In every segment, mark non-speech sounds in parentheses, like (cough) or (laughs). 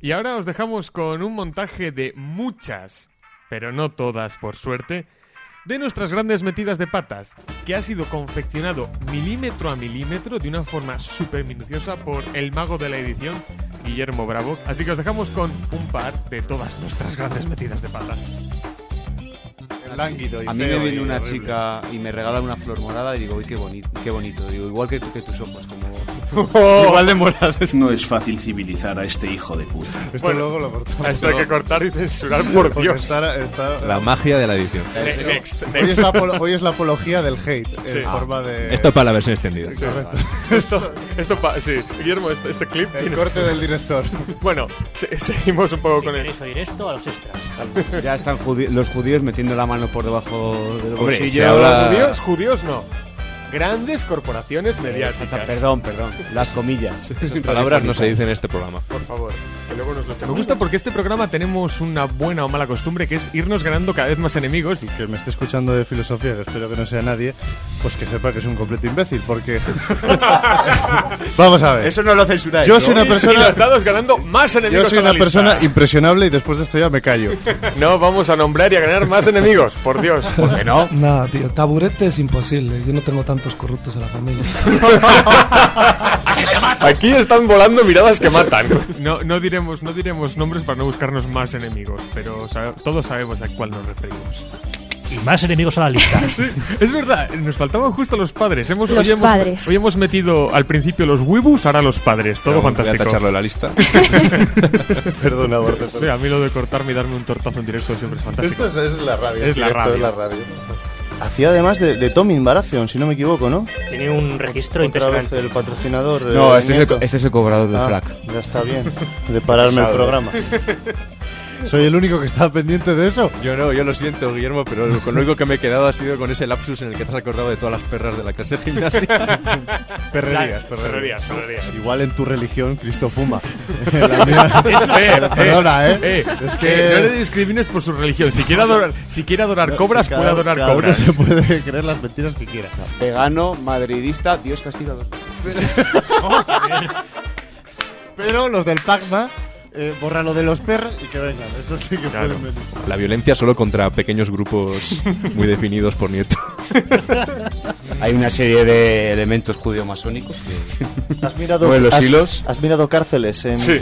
Y ahora os dejamos con un montaje de muchas, pero no todas por suerte, de nuestras grandes metidas de patas, que ha sido confeccionado milímetro a milímetro de una forma súper minuciosa por el mago de la edición, Guillermo Bravo. Así que os dejamos con un par de todas nuestras grandes metidas de patas. Lánguido y A mí me feo viene y una horrible. chica y me regala una flor morada y digo, uy, qué bonito, qué bonito. Digo, igual que, que tus ojos, (laughs) como... Igual de morado. No es fácil civilizar a este hijo de puta. Esto luego lo (laughs) cortamos. Esto hay que cortar y (laughs) censurar, por Porque Dios. está- está- La magia de la edición. Ne- Next, hoy, es next. la apolo- hoy es la apología del hate. Sí. En Ah. forma de. Esto es para la versión extendida. Sí. Esto, esto pa- sí, Guillermo, este, este clip el tiene- corte del director. Bueno, se- seguimos un poco Si con el... queréis oír esto, a los extras. Ya están judi- los judíos metiendo la mano por debajo del Hombre, bolsillo. si ahora- Judíos, judíos no. Grandes corporaciones mediáticas. Perdón, perdón. Las comillas. (laughs) Esas palabras no se dicen en este programa. Por favor, que luego nos lo Me gusta porque este programa tenemos una buena o mala costumbre que es irnos ganando cada vez más enemigos. Que (laughs) me esté escuchando de filosofía, que espero que no sea nadie, pues que sepa que es un completo imbécil, (laughs) porque. Vamos a ver. Eso no lo censuráis, Yo ¿no? soy una Y- y persona. los dados ganando más enemigos. Yo soy a la una lista. persona impresionable y después de esto ya me callo. No vamos a nombrar y a ganar más enemigos, por Dios. ¿Por qué no? Nada, tío, taburete es imposible. Yo no tengo tantos corruptos en la familia. (laughs) Aquí están volando miradas que matan. No, no diremos, no diremos nombres para no buscarnos más enemigos, pero sa- todos sabemos a cuál nos referimos. Y más enemigos a la lista. (laughs) Sí, es verdad, nos faltaban justo los padres. Hemos, Los hoy hemos- padres. Hoy hemos metido al principio los huevos, ahora los padres. Todo Pero bueno, Voy a fantástico. tacharlo de la lista. Perdona, Borja. Sí, a mí lo de cortarme y darme un tortazo en directo siempre es fantástico. (laughs) Esto es, es la radio. Es la directo, radio. es la radio. Hacía además de, de Tommy Baratheon, si no me equivoco, ¿no? Tiene un registro Otra vez impresionante. el patrocinador. No, eh, este es, Nieto. el, este es el cobrador del Ah, frac. Ya está bien. De pararme el programa. Soy el único que está pendiente de eso. Yo no, yo lo siento, Guillermo, pero lo con lo único que me he quedado ha sido con ese lapsus en el que te has acordado de todas las perras de la clase de gimnasia. Perrerías, Ferrerías, ferrerías. Igual en tu religión Cristo (laughs) fuma. En la (laughs) mía- Eh, Perdona, ¿eh? eh, Es eh, que no le discrimines por su religión. Si quiere adorar, si quiere adorar cobras, Cada- puede adorar cada uno cobras. se puede creer las mentiras que quiera. Vegano, madridista, Dios castiga. Pero los del Pacma, eh, borra lo de los perros y que vengan. Eso sí que pueden venir. La violencia solo contra pequeños grupos muy definidos por Nieto. Hay una serie de elementos judio-masónicos que... ¿Has mirado, Mueve los has- hilos. ¿Has mirado cárceles en, Sí.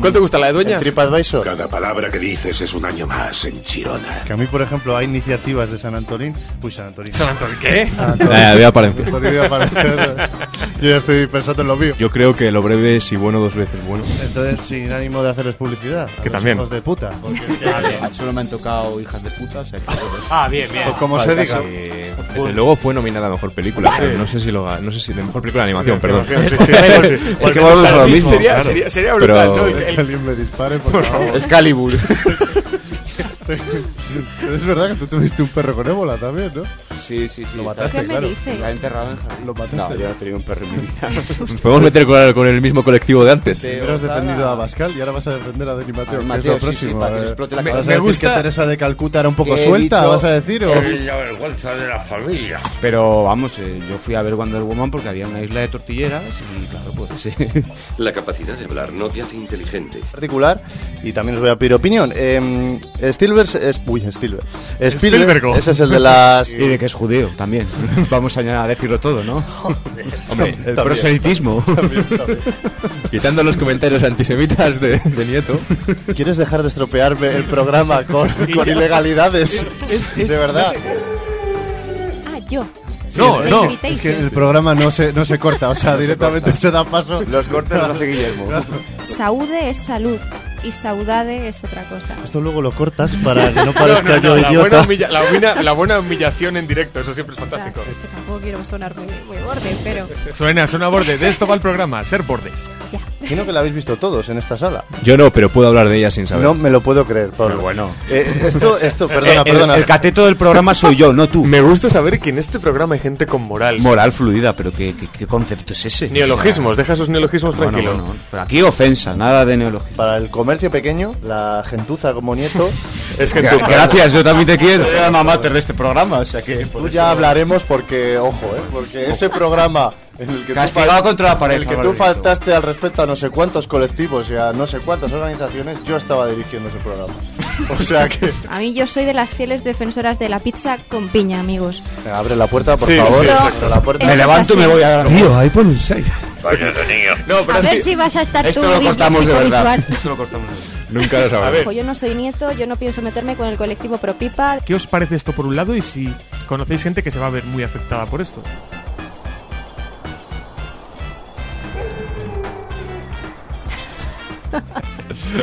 ¿Cuál te gusta, la de Dueñas? TripAdvisor? Cada palabra que dices es un año más en Chirona. Que a mí, por ejemplo, hay iniciativas de San Antonín. Uy, San Antonín. San Antonio, ¿qué? San Antonín. Ya, ya, voy a parar en fin. Antonín iba a aparecer. Yo ya estoy pensando en lo mío. Yo creo que lo breve es y bueno dos veces bueno. Entonces, sin ánimo de hacerles publicidad. a Que los también. Hijos de puta. porque es que- Solo me han tocado hijas de puta, o sea que... Ah, bien, bien. o pues, como se diga. Eh, desde luego fue nominada a mejor película, pero no sé si lo ga- no sé si de mejor película de animación, perdón. Sí, (laughs) sí, sí, sí. Es que volvemos a lo Sería- mismo, Sería, claro. sería, sería brutal, Pero- ¿no? El- Que el- alguien me dispare, por favor. Excalibur. (laughs) Es verdad que tú tuviste un perro con ébola también, ¿no? Sí, sí, sí. Lo ¿Qué mataste, me claro. dices? Está enterrado en jardín. Lo No, mataste. yo no tenía un perro en mi vida. (laughs) Podemos meter con, con el mismo colectivo de antes. Sí. Primero has Ojalá. defendido a Bascal y ahora vas a defender a Dani Mateo, A que es Mateo, lo sí, próximo. sí, para que eh. le explote la ¿Vas cabeza. a Me decir gusta- que Teresa de Calcuta era un poco que he suelta? dicho- ¿Vas a decir? O... la vergüenza de la familia. Pero vamos, eh, yo fui a ver Wonder Woman porque había una isla de tortilleras y claro, pues eh, La capacidad de hablar no te hace inteligente. particular y también os voy a pedir opinión. Eh, Spielberg es... Uy, Spielberg. Spielbergo. Ese es el de las... Y de que es judío también. (laughs) Vamos a añadir- a decirlo todo, ¿no? Hombre, El proselitismo. quitando los comentarios antisemitas de, de Nieto. (laughs) ¿Quieres dejar de estropearme el programa con, con ilegalidades? de verdad. Ah, yo. No, Sí, no. sí. Es que el programa no se, no se corta, o sea, directamente se, da paso. Los cortes los hace Guillermo. Saude es salud y saudade es otra cosa. Esto luego lo cortas para que (laughs) no No, parezca no, yo no, la, buena idiota. humilla- la buena- la buena humillación en directo, eso siempre es fantástico. Es que tampoco quiero sonar muy, muy borde, pero Suena, suena borde, de esto va el programa, ser bordes. ya. Imagino que la habéis visto todos en esta sala. Yo no, pero puedo hablar de ella sin saber. No me lo puedo creer, Pablo. bueno. Eh, esto, (laughs) esto, perdona, Eh, El- perdona. El, cateto del programa soy yo, no tú. Me gusta saber que en este programa hay gente con moral. Moral fluida, pero ¿qué, qué, qué concepto es ese? Neologismos, deja esos neologismos Bueno, tranquilos. bueno, pero aquí ofensa, nada de neologismo. Para el comercio pequeño, la gentuza como (laughs) nieto, Es que tú- Gracias, yo también te quiero. Soy la mamá de este programa, o sea que... tú ya hablaremos porque, ojo, ¿eh? porque ese programa En el que tú Castigado fal- contra la en pared. el que tú Alvarito. faltaste al respeto a no sé cuántos colectivos y a no sé cuántas organizaciones, yo estaba dirigiendo ese programa. (laughs) O sea que. A mí yo soy de las fieles defensoras de la pizza con piña, amigos. (laughs) Abre la puerta, por Sí, favor. sí, exacto. abre la puerta. Esto Me es levanto y así. me voy a Tío, ahí pone un 6. No, A ver si vas a estar esto tú lo dis- cortamos de verdad. (laughs) psicovisual. Esto lo cortamos de verdad. Nunca lo A sabré. ver, Ojo, yo no soy nieto, yo no pienso meterme con el colectivo Propipa. ¿Qué os parece esto por un lado y si conocéis gente que se va a ver muy afectada por esto?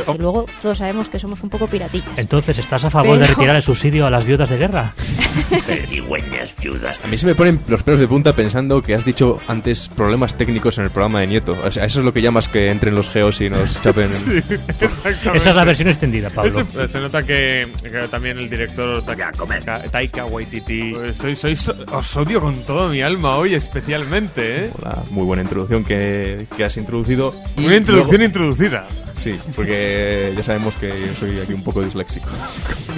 Y luego todos sabemos que somos un poco piratillas. Entonces, ¿estás a favor de Pero- retirar el subsidio a las viudas de guerra? A mí se me ponen los pelos de punta pensando que has dicho antes problemas técnicos en el programa de Nieto. O sea, eso es lo que llamas que entren los geos y nos chapen. Esa es la versión extendida, Pablo. Ese- se nota que, que también el director Ta- Ka- Taika Waititi. Pues soy- soy- so- os odio con toda mi alma hoy, especialmente. ¿eh? Hola, muy buena introducción que, que has introducido. Y Una introducción luego- introducida. Sí, porque ya sabemos que yo soy aquí un poco disléxico.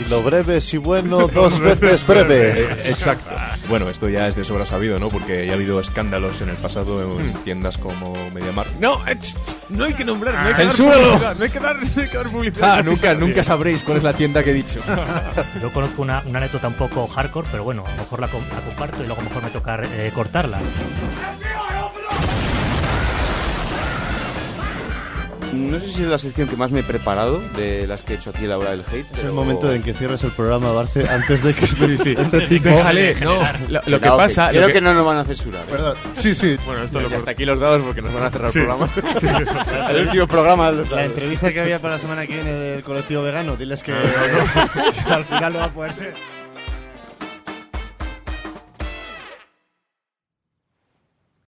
Y lo breve, si bueno, dos veces breve. Eh, Exacto. Bueno, esto ya es de sobra sabido, ¿no? Porque ya ha habido escándalos en el pasado en tiendas como MediaMarkt. No, eh, ch- ch- no hay que nombrar, no hay que ¡Censúralo! dar publicidad. No hay que dar, no hay que dar publicidad. Ah, nunca, nunca sabréis cuál es la tienda que he dicho. Yo conozco una, una anécdota un poco hardcore, pero bueno, a lo mejor la, com- la comparto y luego a lo mejor me toca eh, cortarla. No sé si es la sección que más me he preparado de las que he hecho aquí en la hora del hate. Es el pero- momento en que cierres el programa, Barce, antes de (laughs) que este, este tipo... Déjale, no. Lo, lo que Ah, ok. pasa. lo Creo que... que- no nos van a censurar. ¿eh? Perdón. Sí, sí. Bueno, esto lo corto. Hasta aquí los dados porque nos van a cerrar Sí. el programa. (laughs) El último programa. de los La dados. Ah, (laughs) (laughs) entrevista que había para la semana que viene del colectivo vegano, diles que al final no va a poder ser.